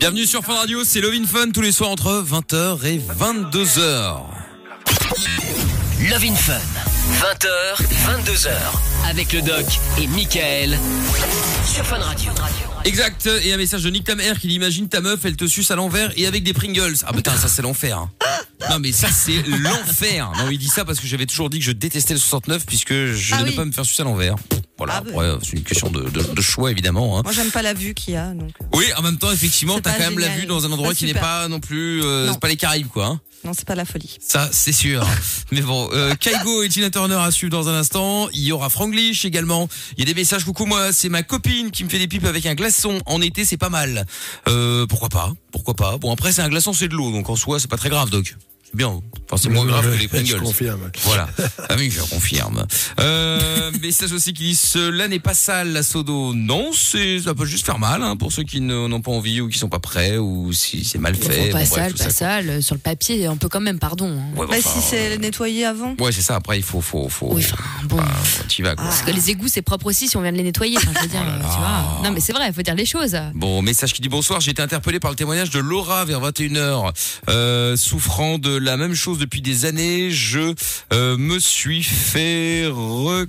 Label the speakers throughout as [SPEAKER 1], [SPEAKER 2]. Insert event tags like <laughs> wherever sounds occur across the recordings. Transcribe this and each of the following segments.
[SPEAKER 1] Bienvenue sur Fun Radio, c'est Lovin Fun tous les soirs entre 20h et 22h.
[SPEAKER 2] Love in Fun. 20h, 22h. Avec le doc et Michael. Sur Fun Radio.
[SPEAKER 1] Exact, et un message de Nick Tamer qui l'imagine ta meuf, elle te suce à l'envers et avec des Pringles. Ah putain, ça c'est l'enfer. hein. Non mais ça c'est l'enfer. Non, il dit ça parce que j'avais toujours dit que je détestais le 69 puisque je
[SPEAKER 3] Ah
[SPEAKER 1] n'aimais
[SPEAKER 3] oui.
[SPEAKER 1] pas me faire sucer à l'envers. Pff, Voilà,
[SPEAKER 3] Ah ouais.
[SPEAKER 1] après, c'est une question de, de- de choix évidemment. hein.
[SPEAKER 3] Moi, j'aime pas la vue qu'il y a, donc. euh,
[SPEAKER 1] Oui, en même temps, effectivement,
[SPEAKER 3] C'est
[SPEAKER 1] t'as
[SPEAKER 3] pas
[SPEAKER 1] quand même la
[SPEAKER 3] génial.
[SPEAKER 1] vue dans un endroit
[SPEAKER 3] Pas
[SPEAKER 1] qui n'est
[SPEAKER 3] super.
[SPEAKER 1] pas non plus, euh,
[SPEAKER 3] Non.
[SPEAKER 1] c'est pas les Caraïbes quoi. hein.
[SPEAKER 3] Non, c'est pas la folie.
[SPEAKER 1] Ça, c'est
[SPEAKER 4] <laughs>
[SPEAKER 1] sûr. Mais bon, euh, Kaigo et Tina Turner à suivre dans un instant. Il y aura Franglish également. Il y a des messages. Coucou, moi, c'est ma copine qui me fait des pipes avec un glaçon. En été, c'est pas mal. Euh, pourquoi pas Pourquoi pas Bon, après, c'est un glaçon, c'est de l'eau. Donc, en soi, c'est pas très grave, Doc. C'est bien. Enfin, c'est moins grave que les
[SPEAKER 5] Je
[SPEAKER 1] Pringles.
[SPEAKER 5] confirme. <laughs>
[SPEAKER 1] Voilà. Ah oui, je confirme. Euh, message aussi qui dit cela n'est pas sale la sodo. Non, c'est ça peut juste faire mal hein, pour ceux qui ne- n'ont pas envie ou qui sont pas prêts ou si c'est mal
[SPEAKER 4] Bon,
[SPEAKER 1] fait.
[SPEAKER 4] pas
[SPEAKER 1] Bon, bref,
[SPEAKER 4] sale,
[SPEAKER 1] tout
[SPEAKER 4] pas
[SPEAKER 1] ça, quoi.
[SPEAKER 4] sale. euh, Sur le papier, on peut quand même, pardon. hein.
[SPEAKER 1] Ouais, bah,
[SPEAKER 3] Bah,
[SPEAKER 1] enfin,
[SPEAKER 3] si c'est nettoyé avant.
[SPEAKER 1] Ouais, c'est ça. Après, il faut, faut, faut. hein,
[SPEAKER 4] Oui, Ah. enfin, bon.
[SPEAKER 1] tu y vas, quoi.
[SPEAKER 4] Parce que les égouts, c'est propre aussi si on vient de les nettoyer. Enfin, je veux dire,
[SPEAKER 1] Oh
[SPEAKER 4] tu vois. Non, mais c'est vrai, il faut dire les choses. Ah
[SPEAKER 1] Bon, message qui dit bonsoir, j'ai été interpellé par le témoignage de Laura vers 21h. Euh, souffrant de la même chose depuis des années, je euh, me suis fait re-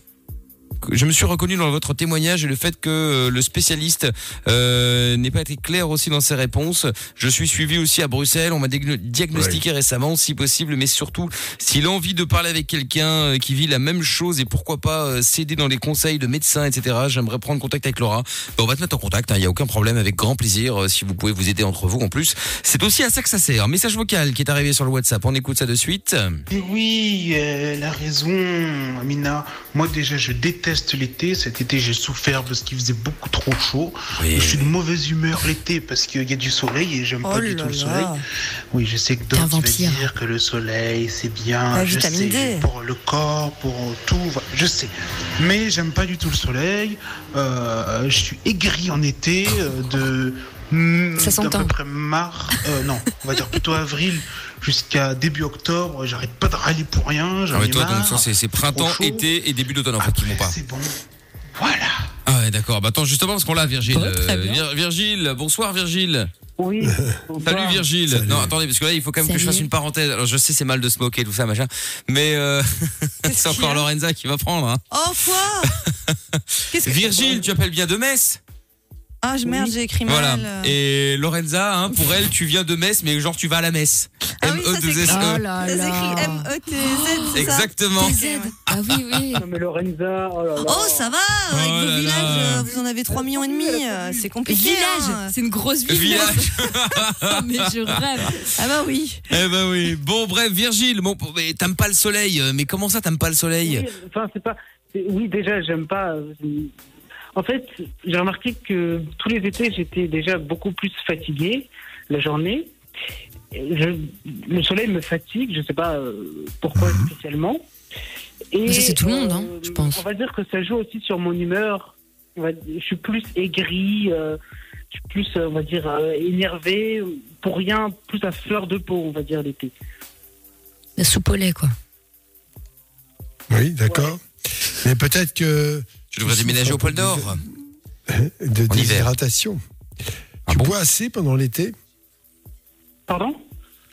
[SPEAKER 1] Je me suis reconnu dans votre témoignage et le fait que euh, le spécialiste euh, n'ait pas été clair aussi dans ses réponses. Je suis suivi aussi à Bruxelles. On m'a dégno- diagnostiqué récemment, si possible, mais surtout si l'envie de parler avec quelqu'un euh, qui vit la même chose et pourquoi pas euh, s'aider dans les conseils de médecins, etc. J'aimerais prendre contact avec Laura. Ben, on va te mettre en contact. hein, Il n'y a aucun problème, avec grand plaisir. euh, si vous pouvez vous aider entre vous, en plus, c'est aussi à ça que ça sert. Message vocal qui est arrivé sur le WhatsApp. On écoute ça de suite.
[SPEAKER 6] Mais Eh oui, euh, elle a raison, Amina. Moi déjà, je déteste l'été. Cet été, j'ai souffert parce qu'il faisait beaucoup trop chaud.
[SPEAKER 1] Oui.
[SPEAKER 6] Et je suis de mauvaise humeur l'été parce qu'il y a du soleil et j'aime
[SPEAKER 3] Oh
[SPEAKER 6] pas du
[SPEAKER 3] là
[SPEAKER 6] tout le
[SPEAKER 3] là.
[SPEAKER 6] soleil. Oui, je sais que
[SPEAKER 4] un
[SPEAKER 6] d'autres
[SPEAKER 4] vampire.
[SPEAKER 6] vont dire que le soleil, c'est bien.
[SPEAKER 3] La
[SPEAKER 6] je
[SPEAKER 3] vitamine
[SPEAKER 6] sais,
[SPEAKER 3] D.
[SPEAKER 6] pour le corps, pour tout, voilà, je sais. Mais j'aime pas du tout le soleil. Euh, je suis aigri en été euh, de... Hmm,
[SPEAKER 4] Ça
[SPEAKER 6] d'à
[SPEAKER 4] s'entend.
[SPEAKER 6] peu près mars, euh, non, on va dire plutôt avril jusqu'à début octobre. J'arrête pas de râler pour rien. J'en
[SPEAKER 1] Ah ouais,
[SPEAKER 6] ai
[SPEAKER 1] toi,
[SPEAKER 6] marre.
[SPEAKER 1] donc, ça, c'est c'est printemps,
[SPEAKER 6] Trop chaud.
[SPEAKER 1] été et début d'automne, en fait, qui
[SPEAKER 6] Après,
[SPEAKER 1] vont pas.
[SPEAKER 6] c'est bon. Voilà.
[SPEAKER 1] Ah ouais, d'accord. Bah, attends, justement, parce qu'on l'a, Virgile.
[SPEAKER 4] Ouais, très
[SPEAKER 1] Euh,
[SPEAKER 4] bien.
[SPEAKER 1] Vir- Virgile, bonsoir, Virgile.
[SPEAKER 7] Oui.
[SPEAKER 1] Salut Virgile.
[SPEAKER 5] Salut.
[SPEAKER 1] Non, attendez, parce que là, il faut quand même que je
[SPEAKER 4] Salut.
[SPEAKER 1] fasse une parenthèse. Alors, je sais, c'est mal de se moquer, tout ça, machin. Mais euh, <laughs> c'est
[SPEAKER 3] Qu'est-ce qu'il y
[SPEAKER 1] encore
[SPEAKER 3] a
[SPEAKER 1] Lorenza qui va prendre. Hein.
[SPEAKER 3] Oh,
[SPEAKER 1] <laughs>
[SPEAKER 3] quoi Qu'est-ce que-
[SPEAKER 1] Virgile, tu appelles bien de Metz.
[SPEAKER 3] Ah, je- merde, j'ai écrit
[SPEAKER 1] Voilà.
[SPEAKER 3] mal. euh.
[SPEAKER 1] Et Lorenza, hein, pour elle, tu viens de Metz, E mais genre, tu vas à la messe.
[SPEAKER 3] Ah oui, ça,
[SPEAKER 1] M-E-2-S-E.
[SPEAKER 3] c'est clair.
[SPEAKER 4] Oh là
[SPEAKER 3] Ça s'écrit
[SPEAKER 4] là.
[SPEAKER 3] M-E-T-Z, c'est ça
[SPEAKER 1] Exactement.
[SPEAKER 4] TZ. Ah oui,
[SPEAKER 1] <laughs>
[SPEAKER 4] oui.
[SPEAKER 7] Non, mais Lorenza, oh là là.
[SPEAKER 3] Oh, ça va Avec
[SPEAKER 1] Oh
[SPEAKER 3] vos
[SPEAKER 1] là
[SPEAKER 3] villages,
[SPEAKER 1] là.
[SPEAKER 3] euh, vous en avez 3 millions et demi. euh, C'est compliqué. hein.
[SPEAKER 4] Village, c'est une grosse ville. <laughs>
[SPEAKER 1] Village.
[SPEAKER 4] Ah, mais je rêve.
[SPEAKER 3] Ah bah oui.
[SPEAKER 1] <laughs> Eh ben oui. Bon, bref, Virgile, bon, mais t'aimes pas le soleil. euh, Mais comment ça, t'aimes pas le soleil
[SPEAKER 7] Oui, Enfin, c'est pas. c'est- Oui, déjà, j'aime pas. euh, En fait, j'ai remarqué que tous les étés, j'étais déjà beaucoup plus fatigué la journée. Et je- Le soleil me fatigue, je sais pas euh, pourquoi spécialement. Et,
[SPEAKER 4] Mhm. Mais ça, c'est tout le monde, hein,
[SPEAKER 7] euh,
[SPEAKER 4] je pense.
[SPEAKER 7] On va dire que ça joue aussi sur mon humeur. On va- Je suis plus aigri, euh, je suis plus, euh, on va dire, euh, énervé, pour rien, plus à fleur de peau, on va dire, l'été.
[SPEAKER 4] La soupe au lait, quoi.
[SPEAKER 5] Oui, d'accord. Mais peut-être que
[SPEAKER 1] Tu devrais déménager au pôle Nord.
[SPEAKER 5] euh, de
[SPEAKER 1] En hiver.
[SPEAKER 5] déshydratation.
[SPEAKER 1] Ah
[SPEAKER 5] tu
[SPEAKER 1] bon
[SPEAKER 5] bois assez pendant l'été
[SPEAKER 7] Pardon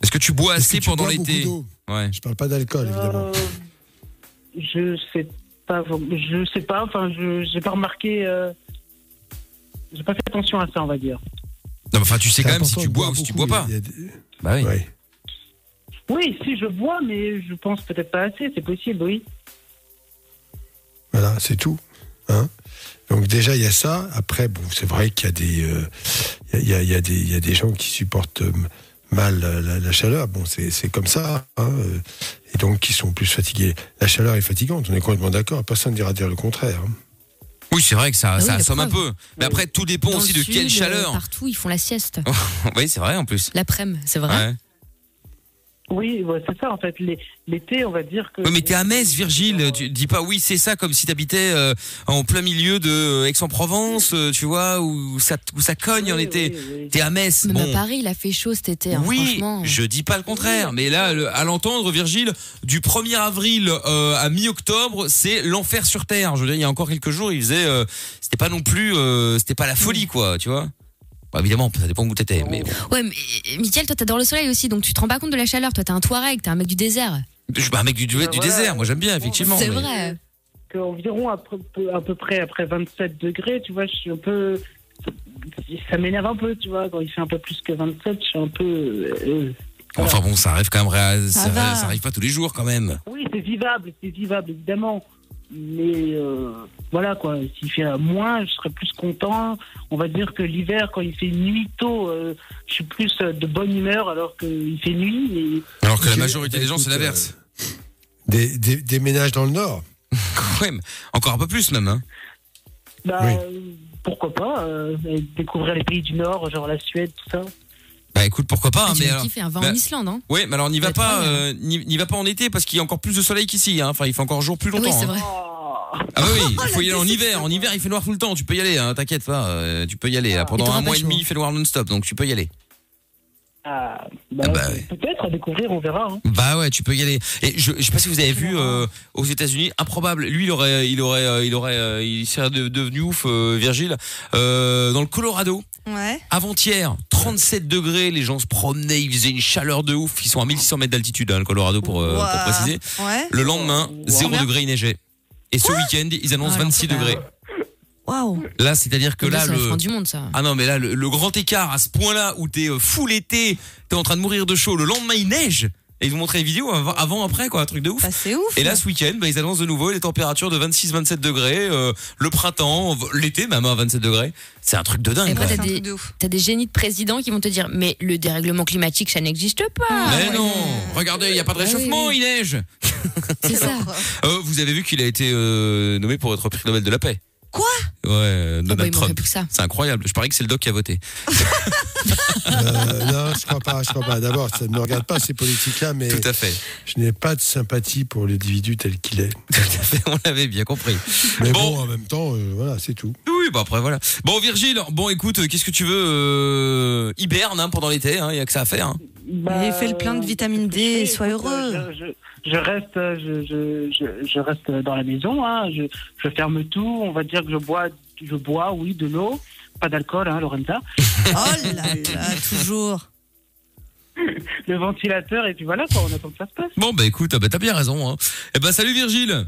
[SPEAKER 1] Est-ce que tu bois
[SPEAKER 5] Est-ce que
[SPEAKER 1] assez
[SPEAKER 5] tu
[SPEAKER 1] pendant
[SPEAKER 5] bois beaucoup
[SPEAKER 1] l'été
[SPEAKER 5] d'eau
[SPEAKER 1] Ouais.
[SPEAKER 5] Je parle pas d'alcool, évidemment.
[SPEAKER 7] Euh, je sais pas, vraiment. je sais pas. Enfin, je j'ai pas remarqué. euh, J'ai pas fait attention à ça, on va dire.
[SPEAKER 1] Non, mais enfin, tu sais
[SPEAKER 5] C'est
[SPEAKER 1] quand même si
[SPEAKER 5] important
[SPEAKER 1] tu
[SPEAKER 5] de
[SPEAKER 1] bois
[SPEAKER 5] boire
[SPEAKER 1] ou si tu bois
[SPEAKER 5] beaucoup,
[SPEAKER 1] pas.
[SPEAKER 5] il y a des-
[SPEAKER 1] Bah oui.
[SPEAKER 5] ouais.
[SPEAKER 7] Oui, si je vois, mais je pense peut-être pas assez. C'est possible, oui.
[SPEAKER 5] Voilà, c'est tout. Hein Donc déjà, il y a ça. Après, bon, c'est vrai qu'il y a des, euh, il y a- il y a des- il y a des gens qui supportent euh, mal la, la- la chaleur. Bon, c'est c'est comme ça. hein, euh, et donc, qui sont plus fatigués. La chaleur est fatigante, on est complètement d'accord. Personne ne dira dire le contraire. hein.
[SPEAKER 1] Oui, c'est vrai que ça,
[SPEAKER 4] Ah oui,
[SPEAKER 1] ça
[SPEAKER 4] la
[SPEAKER 1] assomme un
[SPEAKER 4] preuve.
[SPEAKER 1] peu. Mais après, tout dépend
[SPEAKER 4] Dans
[SPEAKER 1] aussi
[SPEAKER 4] le
[SPEAKER 1] de
[SPEAKER 4] sud,
[SPEAKER 1] quelle
[SPEAKER 4] euh,
[SPEAKER 1] chaleur.
[SPEAKER 4] Partout, ils font la sieste.
[SPEAKER 1] oui, c'est vrai en plus.
[SPEAKER 4] L'après-midi, c'est vrai.
[SPEAKER 1] Ouais.
[SPEAKER 7] Oui, ouais, c'est ça. En fait, Les- l'été, on va dire que.
[SPEAKER 1] Ouais, mais t'es à Metz, Virgile. Tu dis pas oui, c'est ça, comme si t'habitais euh, en plein milieu de euh, Aix-en-Provence, euh, tu vois, où ça, où ça cogne en
[SPEAKER 7] Oui,
[SPEAKER 1] été.
[SPEAKER 7] oui, oui.
[SPEAKER 1] T'es à Metz.
[SPEAKER 4] Même
[SPEAKER 1] bon.
[SPEAKER 4] à Paris, il a fait chaud cet été, hein,
[SPEAKER 1] Oui,
[SPEAKER 4] franchement.
[SPEAKER 1] je dis pas le contraire, mais là, le- à l'entendre, Virgile, du 1er avril euh, à mi-octobre, c'est l'enfer sur
[SPEAKER 4] Mm.
[SPEAKER 1] terre. Je veux dire, il y a encore quelques jours, il faisait, euh, c'était pas non plus, euh, c'était pas la folie, quoi, tu vois. Bah, évidemment, ça dépend où t'étais.
[SPEAKER 4] Oh.
[SPEAKER 1] Mais bon.
[SPEAKER 4] Ouais, mais euh, Mickaël, toi, t'adores le soleil aussi, donc tu te rends pas compte de la chaleur. Toi, t'es un Touareg, t'es un mec du désert.
[SPEAKER 1] Je suis pas un mec du, du, du
[SPEAKER 7] voilà.
[SPEAKER 1] désert, moi j'aime bien, effectivement.
[SPEAKER 4] Bah C'est
[SPEAKER 1] mais-
[SPEAKER 4] vrai.
[SPEAKER 7] que environ à peu, à peu près après 27 degrés, tu vois, je suis un peu. Ça m'énerve un peu, tu vois, quand il fait un peu plus que 27, je suis un peu. euh,
[SPEAKER 1] Enfin bon, ça arrive quand même, ré-
[SPEAKER 3] Ça
[SPEAKER 1] ça,
[SPEAKER 3] va.
[SPEAKER 1] ça arrive pas tous les jours quand même.
[SPEAKER 7] Oui, c'est vivable, c'est vivable, évidemment. Mais euh, voilà, quoi. S'il fait à moins, je serais plus content. On va dire que l'hiver, quand il fait nuit tôt, euh, je suis plus euh, de bonne humeur alors qu'il fait nuit. mais-
[SPEAKER 1] Alors que la
[SPEAKER 5] J'ai- bah,
[SPEAKER 1] majorité des gens, c'est
[SPEAKER 5] écoute, euh,
[SPEAKER 1] l'inverse.
[SPEAKER 5] Des, des, des ménages dans le Nord.
[SPEAKER 1] Ouais, mais euh, encore un peu plus même. Hein.
[SPEAKER 7] bah,
[SPEAKER 5] Oui.
[SPEAKER 7] euh, pourquoi pas euh, et Découvrir les pays du Nord, genre la Suède, tout ça.
[SPEAKER 1] Bah écoute, pourquoi pas,
[SPEAKER 4] Ah, tu
[SPEAKER 1] mais.
[SPEAKER 4] vas
[SPEAKER 1] alors-
[SPEAKER 4] kiffer, hein, va en
[SPEAKER 1] bah-
[SPEAKER 4] Islande, hein.
[SPEAKER 1] Ouais, mais alors n'y va
[SPEAKER 4] Ça va être
[SPEAKER 1] pas,
[SPEAKER 4] pas mal.
[SPEAKER 1] euh, n'y n'y va pas en été parce qu'il y a encore plus de soleil qu'ici. Hein. Enfin, il fait encore jour plus longtemps.
[SPEAKER 4] Oui, c'est
[SPEAKER 1] hein.
[SPEAKER 4] vrai.
[SPEAKER 7] Oh,
[SPEAKER 1] Ah <laughs> bah oui, il faut y aller en hiver. En hiver, il fait noir tout le temps. Tu peux y aller, hein, t'inquiète pas. euh, tu peux y aller. là. Pendant
[SPEAKER 4] t'auras
[SPEAKER 1] un
[SPEAKER 4] pas
[SPEAKER 1] mois et
[SPEAKER 4] chaud.
[SPEAKER 1] demi, il fait noir non-stop, donc tu peux y aller.
[SPEAKER 7] ah, bah,
[SPEAKER 1] Ah bah ouais.
[SPEAKER 7] Peut-être à découvrir, on verra. hein.
[SPEAKER 1] Bah ouais, tu peux y aller. Et je, je sais pas si vous avez vu euh, aux États-Unis, improbable. Lui, il aurait, il aurait, euh, il aurait, euh, il serait de- devenu ouf, euh, Virgile, euh, dans le Colorado.
[SPEAKER 3] Ouais.
[SPEAKER 1] Avant-hier, 37 degrés, les gens se promenaient, ils faisaient une chaleur de ouf. Ils sont à 1600 mètres d'altitude, hein, le Colorado, pour, euh,
[SPEAKER 3] Ouah.
[SPEAKER 1] pour préciser.
[SPEAKER 3] Ouais.
[SPEAKER 1] Le lendemain, 0
[SPEAKER 4] Combien
[SPEAKER 1] degré, il neigeait. Et ce week-end, ils annoncent
[SPEAKER 4] Ah, alors
[SPEAKER 1] 26
[SPEAKER 4] ça va.
[SPEAKER 1] degrés.
[SPEAKER 3] Waouh.
[SPEAKER 1] Là, c'est-à-dire que
[SPEAKER 4] Là,
[SPEAKER 1] là,
[SPEAKER 4] c'est la
[SPEAKER 1] le...
[SPEAKER 4] fin du monde, ça.
[SPEAKER 1] Ah non, mais là, le, le grand écart à ce point-là où t'es euh, full été, t'es en train de mourir de chaud, le lendemain, il neige. Et ils vous montraient les vidéos avant, avant, après, quoi, un truc de ouf.
[SPEAKER 3] Bah, c'est ouf.
[SPEAKER 1] Et là, ce week-end, bah, ils annoncent de nouveau les températures de 26-27 degrés, euh, le printemps, v- l'été même à 27 degrés. C'est un truc de
[SPEAKER 4] Et
[SPEAKER 1] dingue.
[SPEAKER 4] après,
[SPEAKER 1] quoi.
[SPEAKER 4] t'as
[SPEAKER 3] un
[SPEAKER 4] des,
[SPEAKER 3] truc de ouf.
[SPEAKER 4] t'as des génies de présidents qui vont te dire Mais le dérèglement climatique, ça n'existe pas.
[SPEAKER 1] Mais non, regardez, il n'y a pas de
[SPEAKER 4] Ah oui,
[SPEAKER 1] réchauffement,
[SPEAKER 4] oui.
[SPEAKER 1] il neige.
[SPEAKER 4] C'est ça.
[SPEAKER 1] Euh, vous avez vu qu'il a été euh, nommé pour être prix Nobel de la paix.
[SPEAKER 3] Quoi
[SPEAKER 1] Ouais, euh,
[SPEAKER 4] Ah bah,
[SPEAKER 1] Donald
[SPEAKER 4] il manquerait
[SPEAKER 1] Trump.
[SPEAKER 4] plus que ça.
[SPEAKER 1] C'est incroyable. Je parie que c'est le doc qui a voté.
[SPEAKER 5] Euh, <laughs> non, je crois pas, je crois pas. D'abord, ça ne me regarde pas ces politiques-là, mais
[SPEAKER 1] Tout à fait. <laughs>
[SPEAKER 5] je n'ai pas de sympathie pour l'individu tel qu'il est.
[SPEAKER 1] Tout à fait. On l'avait bien compris.
[SPEAKER 5] Mais
[SPEAKER 1] Bon.
[SPEAKER 5] bon, en même temps, euh, voilà, c'est tout.
[SPEAKER 1] Oui, bah après voilà. Bon Virgile, bon écoute, euh, qu'est-ce que tu veux euh, Hiberne hein, pendant l'été, il y a que ça à faire. hein.
[SPEAKER 3] Mais fais le plein de vitamine D,
[SPEAKER 7] Bah, écoute,
[SPEAKER 3] sois heureux.
[SPEAKER 7] euh, Je, je- je reste, euh, je, je, je, je reste dans la maison. Hein. Je, je ferme tout. On va dire que je bois, je bois, oui, de l'eau, pas d'alcool, hein, Lorenza.
[SPEAKER 3] <laughs> Oh là là, toujours.
[SPEAKER 7] Le ventilateur et puis voilà quoi. On attend que ça se passe.
[SPEAKER 1] Bon bah écoute, ah bah, t'as bien raison. Hein. Eh ben salut Virgile.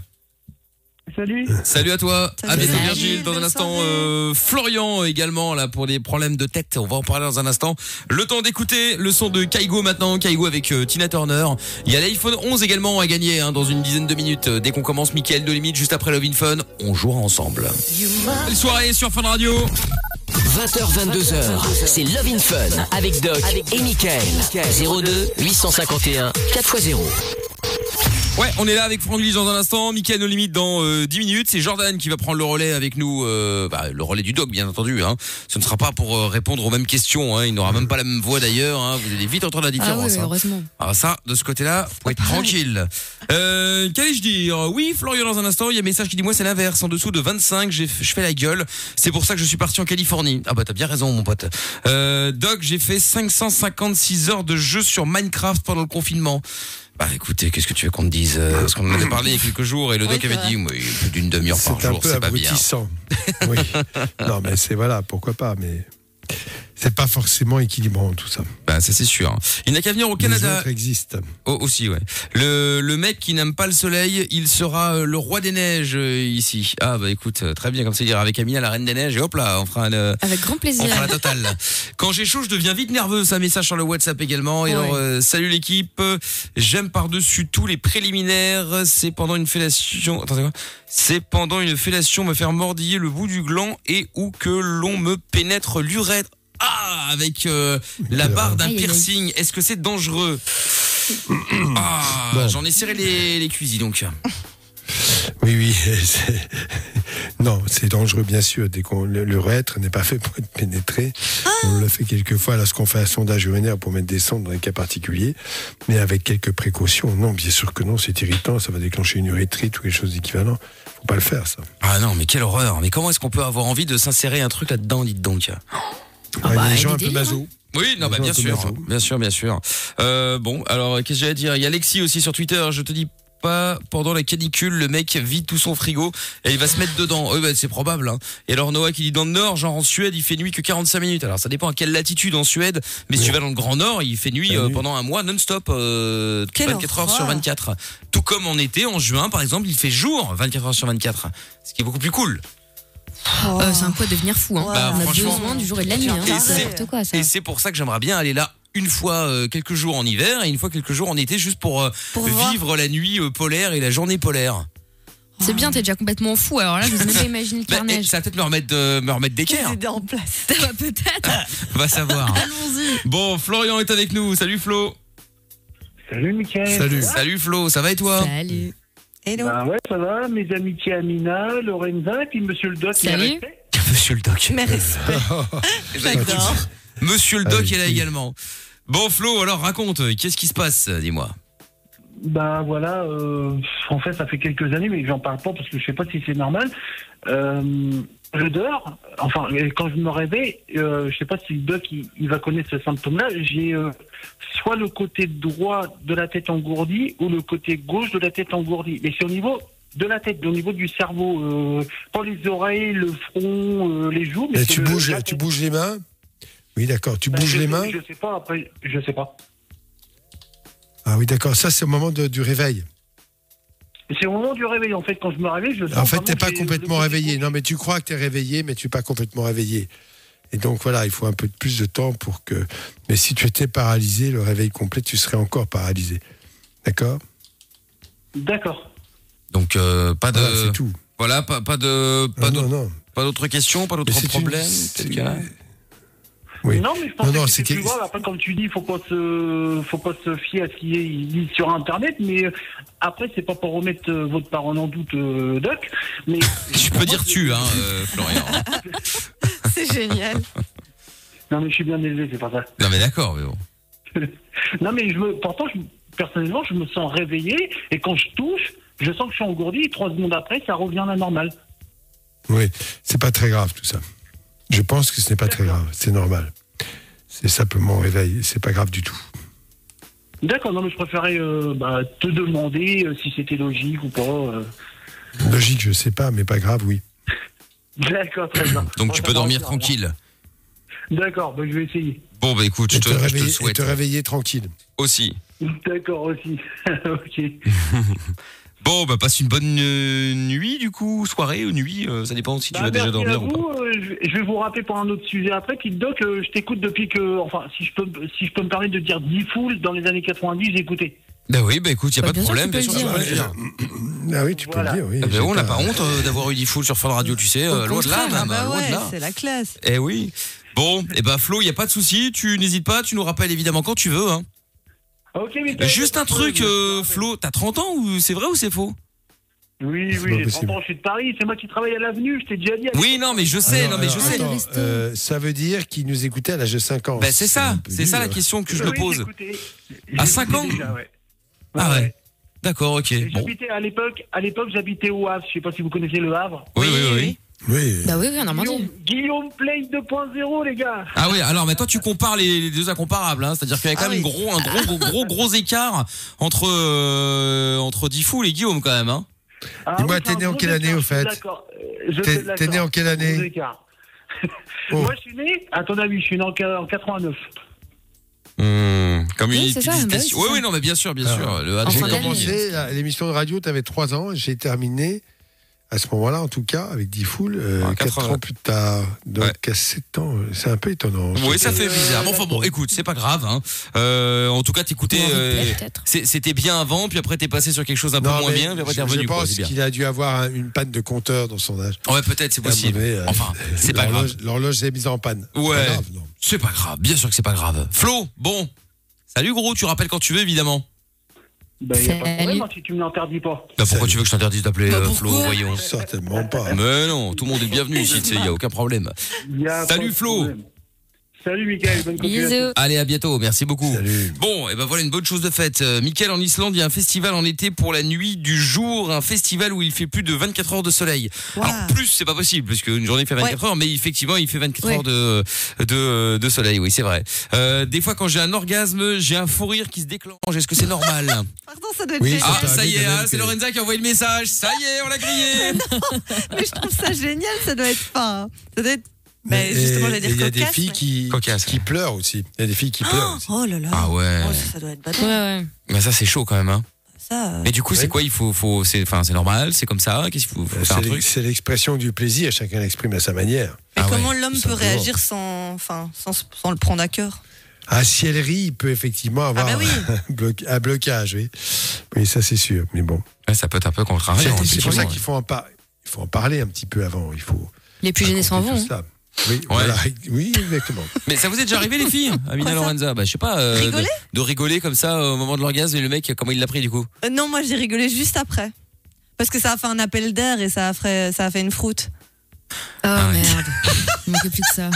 [SPEAKER 7] Salut.
[SPEAKER 1] Salut à toi.
[SPEAKER 3] Salut,
[SPEAKER 1] à bientôt
[SPEAKER 4] Virgile.
[SPEAKER 1] Virgile. Dans un
[SPEAKER 3] Belle
[SPEAKER 1] instant,
[SPEAKER 3] soirée.
[SPEAKER 1] euh, Florian également là pour des problèmes de tête. On va en parler dans un instant. Le temps d'écouter le son de Kaigo maintenant. Kaigo avec euh, Tina Turner. Il y a l'iPhone 11 également à gagner hein, dans une dizaine de minutes. Euh, Dès qu'on commence, Mickaël de limite juste après Love in Fun, on jouera ensemble. Belle soirée sur Fun Radio.
[SPEAKER 2] 20h, 22h, c'est Love in Fun avec Doc et Michael. 02 851 4x0.
[SPEAKER 1] Ouais, on est là avec Franck Lige dans un instant, Mickaël nos limites dans euh, 10 minutes, c'est Jordan qui va prendre le relais avec nous, euh, bah, le relais du doc bien entendu, hein. ce ne sera pas pour euh, répondre aux mêmes questions, hein. il n'aura même pas la même voix d'ailleurs, hein. vous allez vite entendre la
[SPEAKER 4] Ah
[SPEAKER 1] différence.
[SPEAKER 4] oui,
[SPEAKER 1] hein.
[SPEAKER 4] heureusement.
[SPEAKER 1] Alors ça, de ce côté-là, vous pouvez être
[SPEAKER 5] Ah,
[SPEAKER 1] tranquille. Euh, Qu'allais-je dire Oui, Florian, dans un instant, il y a un message qui dit, moi, c'est l'inverse. En dessous de 25, j'ai- je fais la gueule. C'est pour ça que je suis parti en Californie. Ah bah, t'as bien raison, mon pote. Euh, Doc, j'ai fait 556 heures de jeu sur Minecraft pendant le confinement. Bah écoutez, qu'est-ce que tu veux qu'on te dise euh, Parce qu'on en avait parlé il y a quelques jours et le
[SPEAKER 4] Oui,
[SPEAKER 1] doc
[SPEAKER 4] c'est
[SPEAKER 1] avait
[SPEAKER 4] vrai.
[SPEAKER 1] dit, oui, plus d'une demi-heure par
[SPEAKER 5] C'est un
[SPEAKER 1] jour,
[SPEAKER 5] peu
[SPEAKER 1] c'est pas bien. <laughs>
[SPEAKER 5] abrutissant. Oui. Non, mais c'est voilà, pourquoi pas, mais c'est pas forcément équilibrant tout ça.
[SPEAKER 1] Bah ça c'est sûr. Il n'a qu'à venir au
[SPEAKER 5] Les
[SPEAKER 1] Canada.
[SPEAKER 5] autres existent.
[SPEAKER 1] Oh, aussi, ouais. Le, le mec qui n'aime pas le soleil, il sera euh, le roi des neiges euh, ici. Ah, bah écoute, euh, très bien, comme ça, il ira avec Amina, la reine des neiges, et hop là, on fera, un, euh,
[SPEAKER 4] Avec grand
[SPEAKER 1] on
[SPEAKER 4] plaisir.
[SPEAKER 1] fera la totale. Quand j'ai chaud, je deviens vite nerveux. Ça, message sur le WhatsApp également. Et
[SPEAKER 4] Ouais.
[SPEAKER 1] alors, euh, salut l'équipe, j'aime par-dessus tous les préliminaires. C'est pendant une fellation. Attendez quoi C'est pendant une fellation me faire mordiller le bout du gland et ou que l'on me pénètre l'urètre. Ah, avec euh, la
[SPEAKER 5] Quelle
[SPEAKER 1] barre d'un
[SPEAKER 4] Aïe, aïe, aïe.
[SPEAKER 1] piercing. Est-ce que c'est dangereux Ah,
[SPEAKER 5] Bon.
[SPEAKER 1] j'en ai serré les, les cuisses, dis donc.
[SPEAKER 5] Oui, oui. <laughs> c'est- Non, c'est dangereux, bien sûr. Dès qu'on le, le rêtre n'est pas fait pour être pénétré. On le fait quelquefois lorsqu'on fait un sondage urinaire pour mettre des sondes dans un cas particulier, mais avec quelques précautions. Non, bien sûr que non, c'est irritant, ça va déclencher une urétrite ou quelque chose d'équivalent. Faut pas le faire, ça.
[SPEAKER 1] Ah non, mais quelle horreur. Mais comment est-ce qu'on peut avoir envie de s'insérer un truc là-dedans, dites donc
[SPEAKER 4] Ah
[SPEAKER 5] Ouais,
[SPEAKER 4] bah,
[SPEAKER 5] les gens
[SPEAKER 4] des
[SPEAKER 5] un peu
[SPEAKER 4] délires,
[SPEAKER 5] maso.
[SPEAKER 1] Oui, non,
[SPEAKER 5] Les
[SPEAKER 1] bah,
[SPEAKER 5] gens
[SPEAKER 1] bien sûr,
[SPEAKER 5] automatos.
[SPEAKER 1] bien sûr, bien sûr. Euh, bon, alors qu'est-ce que j'ai à dire Il y a Alexis aussi sur Twitter. Je te dis pas pendant la canicule, le mec vide tout son frigo et il va se mettre dedans. Euh, bah, c'est probable. hein. Et alors Noah qui dit dans le nord, genre en Suède, il fait nuit que 45 minutes. Alors ça dépend à quelle latitude en Suède, mais si tu vas dans le grand nord, il fait nuit euh, pendant un mois non-stop, euh,
[SPEAKER 3] Quelle
[SPEAKER 1] 24 heures sur
[SPEAKER 3] horreur.
[SPEAKER 1] 24. Tout comme en été, en juin par exemple, il fait jour 24 heures sur 24, ce qui est beaucoup plus cool.
[SPEAKER 3] Oh.
[SPEAKER 4] Euh, c'est un coup à devenir fou. Hein.
[SPEAKER 1] Bah,
[SPEAKER 3] Ah,
[SPEAKER 4] on a
[SPEAKER 1] franchement.
[SPEAKER 4] besoin du jour et de la nuit. Hein.
[SPEAKER 1] Et
[SPEAKER 4] C'est
[SPEAKER 1] c'est-
[SPEAKER 4] n'importe quoi, ça.
[SPEAKER 1] Et c'est pour ça que j'aimerais bien aller là une fois euh, quelques jours en hiver et une fois quelques jours en été juste pour, euh,
[SPEAKER 3] Pour voir.
[SPEAKER 1] vivre la nuit euh, polaire et la journée polaire.
[SPEAKER 4] C'est bien, t'es déjà complètement fou. Alors là, je vous ai même pas imaginé le
[SPEAKER 1] Bah, eh,
[SPEAKER 4] carnage.
[SPEAKER 1] ça va peut-être me remettre, de- me remettre d'équerre.
[SPEAKER 3] idées en place.
[SPEAKER 4] Ça va <laughs> peut-être.
[SPEAKER 1] <laughs> On va savoir.
[SPEAKER 4] Allons-y.
[SPEAKER 1] Bon, Florian est avec nous. Salut Flo.
[SPEAKER 7] Salut Mickaël.
[SPEAKER 5] Salut.
[SPEAKER 1] Salut Flo, ça va et
[SPEAKER 4] Bah,
[SPEAKER 1] toi
[SPEAKER 4] Salut.
[SPEAKER 3] Hello.
[SPEAKER 7] Bah ouais, ça va, mes amitiés Amina, Lorenza, et puis Monsieur le Doc. il
[SPEAKER 4] Salut.
[SPEAKER 7] arrête.
[SPEAKER 1] Monsieur le doc.
[SPEAKER 3] Mes respects. <laughs> J'adore.
[SPEAKER 1] Monsieur le doc
[SPEAKER 5] Ah oui,
[SPEAKER 1] est là
[SPEAKER 5] oui.
[SPEAKER 1] également. Bon Flo, alors raconte, euh, qu'est-ce qui se passe euh, Dis-moi.
[SPEAKER 7] Bah voilà, euh, en fait, ça fait quelques années, mais j'en parle pas parce que je sais pas si c'est normal. Euh, je dors, enfin, et quand je me réveille, euh, je sais pas si le doc il, il va connaître ce symptôme-là. J'ai euh, soit le côté droit de la tête engourdie ou le côté gauche de la tête engourdie. Mais c'est au niveau de la tête, au niveau du cerveau, euh, pas les oreilles, le front, euh, les joues. Mais
[SPEAKER 5] Et
[SPEAKER 7] c'est
[SPEAKER 5] Eh, tu
[SPEAKER 7] le-
[SPEAKER 5] bouges,
[SPEAKER 7] la
[SPEAKER 5] tu
[SPEAKER 7] tête.
[SPEAKER 5] bouges les mains Oui, d'accord. Tu
[SPEAKER 7] Bah,
[SPEAKER 5] bouges
[SPEAKER 7] je
[SPEAKER 5] les
[SPEAKER 7] sais-
[SPEAKER 5] mains
[SPEAKER 7] Je sais pas. Après, je sais pas.
[SPEAKER 5] Ah oui, d'accord. Ça, c'est au moment de- du réveil.
[SPEAKER 7] C'est au moment du réveil, en fait, quand je me réveille, je.
[SPEAKER 5] En
[SPEAKER 7] sens
[SPEAKER 5] fait,
[SPEAKER 7] vraiment
[SPEAKER 5] t'es
[SPEAKER 7] que
[SPEAKER 5] pas
[SPEAKER 7] j'ai
[SPEAKER 5] complètement
[SPEAKER 7] le côté
[SPEAKER 5] réveillé.
[SPEAKER 7] gauche.
[SPEAKER 5] Non, mais tu crois que t'es réveillé, mais tu es pas complètement réveillé. Et donc voilà, il faut un peu de plus de temps pour que. Mais si tu étais paralysé, le réveil complet, tu serais encore paralysé. D'accord
[SPEAKER 7] D'accord.
[SPEAKER 1] Donc euh, pas de
[SPEAKER 5] Voilà, C'est tout.
[SPEAKER 1] voilà, pas, pas de pas
[SPEAKER 5] Ah,
[SPEAKER 1] d'autres
[SPEAKER 5] non, non.
[SPEAKER 1] pas d'autres questions, pas
[SPEAKER 5] Mais
[SPEAKER 1] d'autres
[SPEAKER 5] c'est une-
[SPEAKER 1] problèmes.
[SPEAKER 5] c'est-
[SPEAKER 1] peut-être qu'il y en a.
[SPEAKER 5] Oui.
[SPEAKER 7] Non, mais je pense
[SPEAKER 5] Non, non,
[SPEAKER 7] que c'est
[SPEAKER 5] c'était-
[SPEAKER 7] plus grave. Après, comme tu dis, faut pas se, faut pas se fier à ce qu'ils disent sur Internet. Mais euh, après, c'est pas pour remettre euh, votre parent en doute, euh, Doc. Mais
[SPEAKER 1] Tu peux dire tu hein euh, Florian.
[SPEAKER 3] C'est génial.
[SPEAKER 7] non, mais je suis bien élevé, c'est pas ça.
[SPEAKER 1] non mais d'accord, mais bon.
[SPEAKER 7] Non, mais je me, pourtant, je, personnellement, je me sens réveillé et quand je touche, je sens que je suis engourdi. Et trois secondes après, ça revient à la normale.
[SPEAKER 5] Oui, c'est pas très grave tout ça. Je pense que ce n'est pas très grave. C'est normal. C'est simplement réveil. C'est pas grave du tout.
[SPEAKER 7] D'accord. Non, mais je préférais euh, bah, te demander euh, si c'était logique ou pas. euh.
[SPEAKER 5] Logique, je sais pas, mais pas grave, oui.
[SPEAKER 7] D'accord, très bien.
[SPEAKER 1] Donc
[SPEAKER 7] Bon,
[SPEAKER 1] tu
[SPEAKER 7] ça
[SPEAKER 1] peux
[SPEAKER 7] va
[SPEAKER 1] dormir
[SPEAKER 7] revenir,
[SPEAKER 1] tranquille.
[SPEAKER 7] alors. D'accord, bah, je vais essayer.
[SPEAKER 1] Bon bah écoute, je
[SPEAKER 5] Et
[SPEAKER 1] te, je te
[SPEAKER 5] réveiller,
[SPEAKER 1] le
[SPEAKER 5] et
[SPEAKER 1] souhaite
[SPEAKER 5] te réveiller tranquille.
[SPEAKER 1] aussi.
[SPEAKER 7] D'accord aussi. <laughs> ok.
[SPEAKER 1] Bon bah passe une bonne euh, nuit du coup, soirée ou nuit, euh, ça dépend si tu
[SPEAKER 7] Bah,
[SPEAKER 1] vas déjà
[SPEAKER 7] merci à
[SPEAKER 1] dormir ou pas.
[SPEAKER 7] vous. Euh, je vais- je vais vous rappeler pour un autre sujet après. Kid Doc, euh, je t'écoute depuis que, enfin, si je peux, si je peux me permettre de dire Diffoul dans les années 90, j'ai écouté.
[SPEAKER 1] Bah oui, bah écoute, y a
[SPEAKER 4] Bah,
[SPEAKER 1] pas de
[SPEAKER 4] bien sûr,
[SPEAKER 1] problème,
[SPEAKER 4] tu peux
[SPEAKER 1] bien
[SPEAKER 4] le
[SPEAKER 1] sûr,
[SPEAKER 4] dire.
[SPEAKER 1] tu peux le dire.
[SPEAKER 5] Ah oui, tu
[SPEAKER 7] Voilà.
[SPEAKER 5] peux le dire, oui.
[SPEAKER 1] Eh ben,
[SPEAKER 5] J'ai
[SPEAKER 1] on n'a pas honte euh, d'avoir eu des foules sur Fun Radio, tu sais, euh,
[SPEAKER 3] Au
[SPEAKER 1] loin de là
[SPEAKER 3] contraire,
[SPEAKER 1] même,
[SPEAKER 3] bah
[SPEAKER 1] loin de
[SPEAKER 3] ouais,
[SPEAKER 1] là.
[SPEAKER 3] c'est la classe.
[SPEAKER 1] Eh oui. Bon, eh ben Flo, y a pas de souci, tu n'hésites pas, tu nous rappelles évidemment quand tu veux. Hein.
[SPEAKER 7] Ok, mais t'as-
[SPEAKER 1] Juste un truc, euh,
[SPEAKER 7] Oui,
[SPEAKER 1] Flo, t'as 30 ans ou c'est vrai ou c'est faux
[SPEAKER 7] Oui,
[SPEAKER 5] C'est pas
[SPEAKER 7] oui, j'ai 30
[SPEAKER 5] possible.
[SPEAKER 7] ans, je suis de Paris, c'est moi qui travaille à l'avenue, je t'ai déjà dit.
[SPEAKER 1] Oui, non, mais je sais,
[SPEAKER 5] Alors,
[SPEAKER 1] non, mais je
[SPEAKER 5] alors,
[SPEAKER 1] sais.
[SPEAKER 5] attends,
[SPEAKER 4] Restons.
[SPEAKER 5] euh, ça veut dire qu'il nous écoutait à l'âge de 5 ans.
[SPEAKER 1] Bah c'est ça,
[SPEAKER 5] un peu
[SPEAKER 1] c'est ça
[SPEAKER 5] dur.
[SPEAKER 1] la question que je
[SPEAKER 7] Oui,
[SPEAKER 1] me pose.
[SPEAKER 7] j'ai écouté.
[SPEAKER 1] À
[SPEAKER 7] J'ai
[SPEAKER 1] cinq
[SPEAKER 7] écouté
[SPEAKER 1] ans
[SPEAKER 7] déjà, ouais.
[SPEAKER 1] Ah
[SPEAKER 7] Ouais.
[SPEAKER 1] ouais. D'accord, ok.
[SPEAKER 7] Et
[SPEAKER 1] Bon.
[SPEAKER 7] J'habitais à l'époque, à l'époque, j'habitais au Havre. Je sais pas si vous connaissez le Havre.
[SPEAKER 1] Oui, oui, oui.
[SPEAKER 5] Oui.
[SPEAKER 4] Bah oui, oui, en Normandie.
[SPEAKER 7] Guillaume, Guillaume Play 2.0, les gars.
[SPEAKER 1] Ah oui, alors mais toi tu compares les, les deux incomparables, hein. c'est-à-dire qu'il y a quand
[SPEAKER 3] Ah
[SPEAKER 1] même
[SPEAKER 3] oui.
[SPEAKER 1] gros, un gros, gros, gros, gros écart entre euh, entre Diffoul et Guillaume quand même. Hein.
[SPEAKER 7] Ah
[SPEAKER 5] Dis-moi,
[SPEAKER 7] oui,
[SPEAKER 5] t'es né
[SPEAKER 7] c'est un
[SPEAKER 5] en
[SPEAKER 7] gros
[SPEAKER 5] quelle année,
[SPEAKER 7] écart,
[SPEAKER 5] au
[SPEAKER 7] je suis
[SPEAKER 5] fait
[SPEAKER 7] d'accord. Euh, je
[SPEAKER 5] T'es-
[SPEAKER 7] suis d'accord.
[SPEAKER 5] t'es né en quelle année
[SPEAKER 7] Gros écart.
[SPEAKER 5] Oh.
[SPEAKER 7] Moi, je suis né, à ton avis, je suis né en, en 89.
[SPEAKER 1] Comme
[SPEAKER 4] Oui,
[SPEAKER 1] une
[SPEAKER 4] c'est ça, bah oui, c'est
[SPEAKER 1] oui,
[SPEAKER 4] ça.
[SPEAKER 1] oui, non, mais bien sûr, bien
[SPEAKER 5] Hmm. Ah.
[SPEAKER 1] sûr. Le
[SPEAKER 4] Enfin,
[SPEAKER 1] hasard
[SPEAKER 5] J'ai
[SPEAKER 4] d'année.
[SPEAKER 5] commencé la- l'émission de radio, tu avais 3 ans, et j'ai terminé, à ce moment-là en tout cas, avec 10 foules,
[SPEAKER 1] En
[SPEAKER 5] 4
[SPEAKER 1] 80.
[SPEAKER 5] ans plus tard. Donc
[SPEAKER 1] Ouais.
[SPEAKER 5] à 7 ans, euh, c'est un peu étonnant.
[SPEAKER 1] Oui,
[SPEAKER 5] C'est-
[SPEAKER 1] ça fait bizarre.
[SPEAKER 4] euh,
[SPEAKER 1] Bon, enfin bon, écoute, c'est pas grave. Hein. Euh, en tout cas, t'écoutais.
[SPEAKER 4] Ou en
[SPEAKER 1] euh,
[SPEAKER 4] replay, peut-être.
[SPEAKER 1] c'est- C'était bien avant, puis après t'es passé sur quelque chose un peu
[SPEAKER 5] Non,
[SPEAKER 1] moins
[SPEAKER 5] mais
[SPEAKER 1] bien, puis après t'es
[SPEAKER 5] je-
[SPEAKER 1] revenu.
[SPEAKER 5] Je
[SPEAKER 1] quoi,
[SPEAKER 5] pense
[SPEAKER 1] c'est bien.
[SPEAKER 5] qu'il a dû avoir un- une panne de compteur dans son âge.
[SPEAKER 1] Ouais, peut-être, c'est
[SPEAKER 5] À un
[SPEAKER 1] possible.
[SPEAKER 5] moment donné, euh,
[SPEAKER 1] Enfin, c'est pas
[SPEAKER 5] l'horloge-
[SPEAKER 1] grave.
[SPEAKER 5] L'horloge s'est mise en panne. C'est pas
[SPEAKER 1] Ouais.
[SPEAKER 5] grave, non.
[SPEAKER 1] C'est pas grave, bien sûr que c'est pas grave. Flo, bon. Salut gros, tu rappelles quand tu veux évidemment.
[SPEAKER 7] Ben, il n'y a pas de
[SPEAKER 4] Salut.
[SPEAKER 7] problème hein, si tu me l'interdis pas.
[SPEAKER 1] Bah, pourquoi
[SPEAKER 5] Salut.
[SPEAKER 1] tu veux que je t'interdise d'appeler
[SPEAKER 3] Bah,
[SPEAKER 1] euh, Flo,
[SPEAKER 3] pourquoi
[SPEAKER 1] voyons.
[SPEAKER 5] Certainement pas.
[SPEAKER 1] Ah. Mais non, tout le monde est le bienvenu ici, tu sais, y a aucun problème.
[SPEAKER 7] Il y a
[SPEAKER 1] Salut,
[SPEAKER 7] pas de
[SPEAKER 1] Flo.
[SPEAKER 7] problème. Salut, Michael. Bonne continuation.
[SPEAKER 1] Allez, à bientôt. Merci beaucoup. Bon, et ben voilà une bonne chose de faite. Euh, Mickaël, en Islande, il y a un festival en été pour la nuit du jour, un festival où il fait plus de 24 heures de soleil.
[SPEAKER 5] Ah.
[SPEAKER 1] Alors plus, c'est pas possible, parce qu'une journée fait 24 heures, mais effectivement, il fait 24
[SPEAKER 8] Ouais.
[SPEAKER 1] heures de, de, de soleil. Oui, c'est vrai. Euh, des fois, quand j'ai un orgasme, j'ai un fou rire qui se déclenche. Est-ce que c'est
[SPEAKER 3] <laughs>
[SPEAKER 1] normal
[SPEAKER 3] Pardon, ça doit être
[SPEAKER 1] Oui,
[SPEAKER 3] génial.
[SPEAKER 1] ah, ça y est, ah, c'est Lorenza qui a envoyé le message. Ça y est, on l'a grillé.
[SPEAKER 3] Mais je trouve ça génial, ça doit être pas. Ça doit être.
[SPEAKER 5] Mais
[SPEAKER 3] Mais justement,
[SPEAKER 5] et-
[SPEAKER 3] j'allais
[SPEAKER 5] et
[SPEAKER 3] dire
[SPEAKER 5] Il y a des
[SPEAKER 3] cocasse.
[SPEAKER 5] filles qui, qui pleurent aussi. Il y a des filles qui pleurent aussi.
[SPEAKER 3] Oh là là.
[SPEAKER 1] Ah ouais.
[SPEAKER 3] Oh, ça, ça doit être bâtard.
[SPEAKER 1] Mais ça, c'est chaud quand même, hein.
[SPEAKER 3] Ça,
[SPEAKER 5] Ah
[SPEAKER 3] euh,
[SPEAKER 1] Mais du coup, c'est quoi Il faut, faut c'est, enfin, c'est normal, c'est comme ça. Qu'est-ce qu'il faut, faut
[SPEAKER 5] Euh,
[SPEAKER 1] faire un
[SPEAKER 5] c'est
[SPEAKER 1] truc
[SPEAKER 5] l'ex- C'est l'expression du plaisir, chacun l'exprime à sa manière.
[SPEAKER 3] Mais comment l'homme
[SPEAKER 5] tout
[SPEAKER 3] peut
[SPEAKER 5] simplement.
[SPEAKER 3] réagir sans, enfin, sans, se- sans le prendre à cœur
[SPEAKER 5] Ah, si elle rit, il peut effectivement avoir
[SPEAKER 3] bah oui.
[SPEAKER 5] <laughs> un, bloc- un blocage, oui. Oui, ça c'est sûr, mais bon.
[SPEAKER 1] Ça peut être un peu contrariant.
[SPEAKER 5] C'est- C'est pour ça
[SPEAKER 1] Ah effectivement,
[SPEAKER 5] qu'il faut, en par- il faut en parler un petit peu avant. Il faut
[SPEAKER 4] Les
[SPEAKER 5] Ah,
[SPEAKER 4] plus gênés s'en vont. hein.
[SPEAKER 5] tout
[SPEAKER 3] hein.
[SPEAKER 5] ça. Oui, voilà. oui, exactement.
[SPEAKER 1] Mais ça vous est déjà arrivé les filles, Amina Lorenza Bah je sais pas. euh,
[SPEAKER 3] Rigoler
[SPEAKER 1] de, de rigoler comme ça euh, au moment de l'orgasme et le mec comment il l'a pris du coup
[SPEAKER 3] Euh, Non, moi j'ai rigolé juste après. Parce que ça a fait un appel d'air et ça a fait, ça a fait une froute.
[SPEAKER 4] Oh merde. Il manquait plus que ça.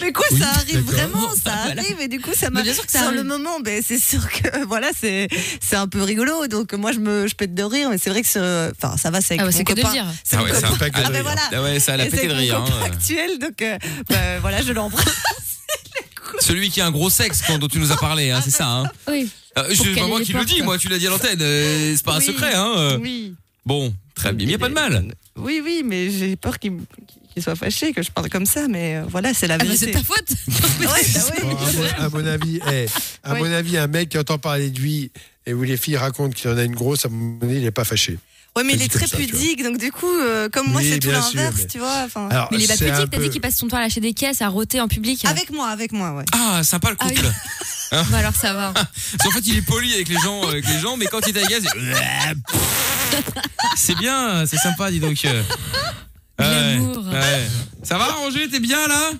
[SPEAKER 3] Mais quoi,
[SPEAKER 4] Oui,
[SPEAKER 3] ça arrive
[SPEAKER 4] d'accord.
[SPEAKER 3] vraiment, ça
[SPEAKER 4] Voilà.
[SPEAKER 3] arrive et du coup ça
[SPEAKER 4] Mais
[SPEAKER 3] m'a.
[SPEAKER 4] bien sûr que ça
[SPEAKER 3] Sur le
[SPEAKER 4] arrive.
[SPEAKER 3] moment, ben, c'est sûr que <laughs> voilà, c'est c'est un peu rigolo. Donc moi je me je pète de rire, mais c'est vrai que ce- enfin ça va, c'est avec
[SPEAKER 4] Ah ouais,
[SPEAKER 3] mon
[SPEAKER 4] c'est que de
[SPEAKER 3] copain.
[SPEAKER 4] le dire.
[SPEAKER 3] C'est
[SPEAKER 1] Ah
[SPEAKER 3] mon
[SPEAKER 1] ouais, ça a
[SPEAKER 3] copain.
[SPEAKER 1] pété de
[SPEAKER 3] Ah ben
[SPEAKER 5] hein.
[SPEAKER 1] rire.
[SPEAKER 3] voilà.
[SPEAKER 1] Ah ouais, ça, elle a
[SPEAKER 3] Et
[SPEAKER 1] pété
[SPEAKER 3] c'est
[SPEAKER 1] de
[SPEAKER 3] avec
[SPEAKER 1] rire,
[SPEAKER 3] Mon copain
[SPEAKER 1] hein.
[SPEAKER 3] actuel, donc euh, ben, voilà, je l'embrasse.
[SPEAKER 1] Celui qui a un gros sexe quand, dont tu nous as parlé, hein, c'est ça. Hein
[SPEAKER 4] Oui. Ah,
[SPEAKER 1] Euh,
[SPEAKER 4] Pour
[SPEAKER 1] c'est pas
[SPEAKER 4] caler
[SPEAKER 1] moi
[SPEAKER 4] les
[SPEAKER 1] qui le dis,
[SPEAKER 4] portes.
[SPEAKER 1] moi tu l'as dit à l'antenne. euh, c'est pas un
[SPEAKER 4] Oui.
[SPEAKER 1] secret. Hein, euh.
[SPEAKER 3] Oui.
[SPEAKER 1] Bon, très bien, il y a pas de mal.
[SPEAKER 3] Oui, oui, mais j'ai peur qu'il me- qu'il soit fâché que je parle comme ça, mais euh, voilà, c'est la
[SPEAKER 4] Ah, bah,
[SPEAKER 3] vérité. bah
[SPEAKER 4] c'est ta faute.
[SPEAKER 5] Bon, à, mon, à mon avis, eh, à
[SPEAKER 3] Oui.
[SPEAKER 5] mon avis, un mec qui entend parler de lui et où les filles racontent qu'il en a une grosse, à mon avis, il n'est pas fâché.
[SPEAKER 3] Ouais, mais
[SPEAKER 5] Je
[SPEAKER 3] il
[SPEAKER 5] dis
[SPEAKER 3] est
[SPEAKER 5] comme
[SPEAKER 3] très
[SPEAKER 5] ça, tu vois.
[SPEAKER 3] pudique, donc du coup, euh, comme moi,
[SPEAKER 5] Oui,
[SPEAKER 3] c'est tout
[SPEAKER 5] bien sûr,
[SPEAKER 3] l'inverse,
[SPEAKER 5] mais-
[SPEAKER 3] tu vois. enfin.
[SPEAKER 5] Alors,
[SPEAKER 4] Mais il est pas
[SPEAKER 5] Ah, c'est un
[SPEAKER 4] pudique, t'as
[SPEAKER 5] peu-
[SPEAKER 4] dit qu'il passe son temps à lâcher des caisses, à roter en public.
[SPEAKER 3] Avec moi, avec moi, ouais.
[SPEAKER 1] Ah, sympa le couple.
[SPEAKER 4] Bah alors ça va.
[SPEAKER 1] en fait, il est poli avec les gens, avec les gens, mais quand il est à gaz,
[SPEAKER 3] <laughs>
[SPEAKER 1] il- c'est bien, c'est sympa, dis donc. Euh, ouais, ouais. Ça va, Roger, t'es bien là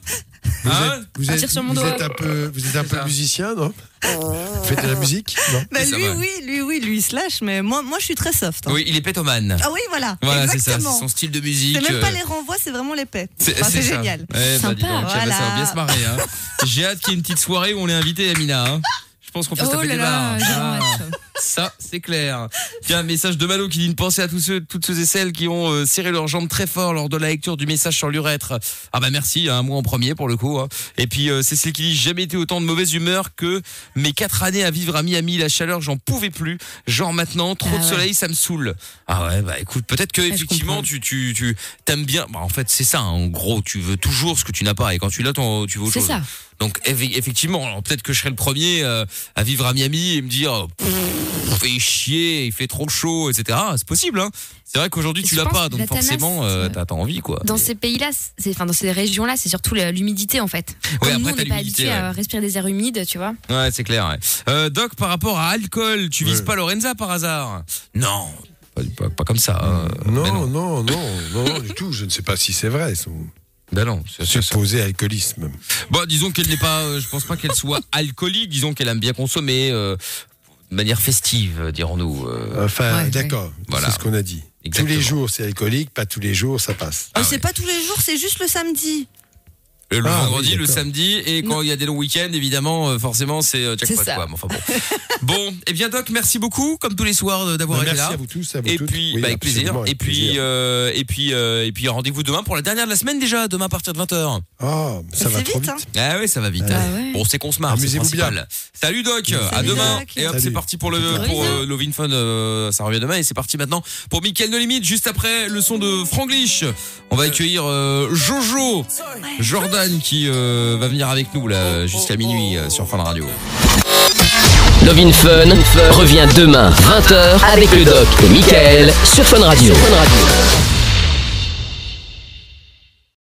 [SPEAKER 5] Vous
[SPEAKER 1] Hein
[SPEAKER 5] êtes, vous
[SPEAKER 1] Ah,
[SPEAKER 5] êtes-
[SPEAKER 1] tire sur mon
[SPEAKER 5] vous
[SPEAKER 1] doigt.
[SPEAKER 5] êtes un peu, vous êtes un peu musicien, non Vous faites de la musique Non
[SPEAKER 3] Bah, lui, oui, lui, oui, lui, il se lâche, mais moi, moi je suis très soft. hein.
[SPEAKER 1] Oui, il est pétomane.
[SPEAKER 3] Ah oui, voilà.
[SPEAKER 1] Voilà, c'est ça, c'est
[SPEAKER 3] exactement.
[SPEAKER 1] son style de musique.
[SPEAKER 3] C'est même pas
[SPEAKER 1] euh,
[SPEAKER 3] les renvois, c'est vraiment les paix.
[SPEAKER 1] C'est
[SPEAKER 3] Enfin,
[SPEAKER 1] c'est
[SPEAKER 3] c'est
[SPEAKER 1] ça.
[SPEAKER 3] génial.
[SPEAKER 1] Ouais, bah, dis donc, ah bah, ça va
[SPEAKER 3] Voilà.
[SPEAKER 1] bien se marrer.
[SPEAKER 4] <laughs>
[SPEAKER 1] Hein. J'ai hâte qu'il y ait une petite soirée où on est invité, Amina. hein. Je pense qu'on peut se
[SPEAKER 4] Oh
[SPEAKER 1] taper
[SPEAKER 4] là
[SPEAKER 1] des
[SPEAKER 4] là,
[SPEAKER 1] barres.
[SPEAKER 4] j'ai
[SPEAKER 1] Ah,
[SPEAKER 4] hâte.
[SPEAKER 1] ça, c'est clair. Tiens, un message de Malo qui dit une pensée à tous ceux, toutes ceux et celles qui ont euh, serré leurs jambes très fort lors de la lecture du message sur l'urètre. Ah bah merci, hein, moi en premier pour le coup. hein. Et puis euh, Cécile qui dit J'ai jamais été autant de mauvaise humeur que mes quatre années à vivre à Miami, la chaleur, j'en pouvais plus. Genre maintenant, trop
[SPEAKER 4] Ah
[SPEAKER 1] de
[SPEAKER 4] ouais.
[SPEAKER 1] soleil, ça me saoule. Ah ouais, bah écoute, peut-être que
[SPEAKER 4] je
[SPEAKER 1] effectivement tu tu tu t'aimes bien. Bah, en fait, c'est ça. hein. en gros, tu veux toujours ce que tu n'as pas et quand tu l'as, t'en- tu veux autre
[SPEAKER 4] C'est
[SPEAKER 1] chose.
[SPEAKER 4] ça.
[SPEAKER 1] Donc eff- effectivement, alors, peut-être que je serai le premier euh, à vivre à Miami et me dire oh, Pff, fait chier, il fait trop chaud, etc. Ah, C'est possible. Hein. C'est vrai qu'aujourd'hui
[SPEAKER 4] Et
[SPEAKER 1] tu
[SPEAKER 4] je
[SPEAKER 1] l'as
[SPEAKER 4] pense
[SPEAKER 1] pas,
[SPEAKER 4] que
[SPEAKER 1] donc
[SPEAKER 4] la tanasse,
[SPEAKER 1] forcément euh, t'as t'as envie quoi.
[SPEAKER 4] Dans ces pays-là, c'est enfin dans ces régions-là, c'est surtout la- l'humidité en fait. Comme
[SPEAKER 1] après,
[SPEAKER 4] nous, on
[SPEAKER 1] t'as
[SPEAKER 4] n'est pas
[SPEAKER 1] l'humidité,
[SPEAKER 4] habitué à respirer des airs humides, tu vois.
[SPEAKER 1] Ouais, c'est clair. ouais. Euh, Doc, par rapport à alcool, tu vises pas Lorenza par hasard Non, pas, pas- pas comme ça. hein. Mais
[SPEAKER 5] non, non, non, non, non, du tout. Je ne sais pas si c'est vrai. Son
[SPEAKER 1] Ben non,
[SPEAKER 5] supposé alcoolisme.
[SPEAKER 1] Bon, Bah, disons qu'elle n'est pas. euh, je pense pas qu'elle soit <laughs> alcoolique. Disons qu'elle aime bien consommer euh, de manière festive, dirons-nous. euh.
[SPEAKER 5] Enfin,
[SPEAKER 1] Ouais,
[SPEAKER 5] d'accord.
[SPEAKER 1] Voilà.
[SPEAKER 5] C'est ce qu'on a dit.
[SPEAKER 1] Exactement.
[SPEAKER 5] Tous les jours, c'est alcoolique. Pas tous les jours, ça passe.
[SPEAKER 1] Ah
[SPEAKER 3] Oh, c'est pas tous les jours, c'est juste le samedi.
[SPEAKER 1] Le
[SPEAKER 5] Ah,
[SPEAKER 1] vendredi,
[SPEAKER 5] oui,
[SPEAKER 1] le
[SPEAKER 5] d'accord.
[SPEAKER 1] samedi, et quand il y a des longs week-ends, évidemment, euh, forcément, c'est euh, jackpot.
[SPEAKER 4] C'est ça.
[SPEAKER 1] Quoi. Mais Enfin bon. <laughs> bon, eh bien Doc, merci beaucoup, comme tous les soirs, euh, d'avoir
[SPEAKER 5] Bah,
[SPEAKER 1] été
[SPEAKER 5] merci
[SPEAKER 1] là.
[SPEAKER 5] à vous tous, à vous
[SPEAKER 1] et
[SPEAKER 5] toutes.
[SPEAKER 1] puis,
[SPEAKER 5] Oui,
[SPEAKER 1] bah, avec plaisir.
[SPEAKER 5] absolument, avec
[SPEAKER 1] et puis,
[SPEAKER 5] plaisir.
[SPEAKER 1] euh, et puis, euh, et puis, rendez-vous demain pour la dernière de la semaine déjà. Demain à partir de 20 h
[SPEAKER 5] Oh, ça va
[SPEAKER 3] hein.
[SPEAKER 5] trop vite.
[SPEAKER 1] Ah oui, ça va vite.
[SPEAKER 5] Ah
[SPEAKER 4] ouais.
[SPEAKER 1] Bon, c'est qu'on se marre, c'est le
[SPEAKER 5] Amusez-vous
[SPEAKER 1] principal. Salut Doc, à demain.
[SPEAKER 3] Doc.
[SPEAKER 1] Et hop,
[SPEAKER 5] Salut.
[SPEAKER 1] c'est parti pour le pour euh, Lovin Fun, euh, ça revient demain et c'est parti maintenant pour Mickaël No Limite juste après le son de Franglish. On va accueillir euh, Jojo Jordan qui euh, va venir avec nous là jusqu'à minuit euh, sur Fun Radio.
[SPEAKER 2] Love in Fun revient demain 20h avec le doc et Michael sur Fun Radio. Sur Fun Radio.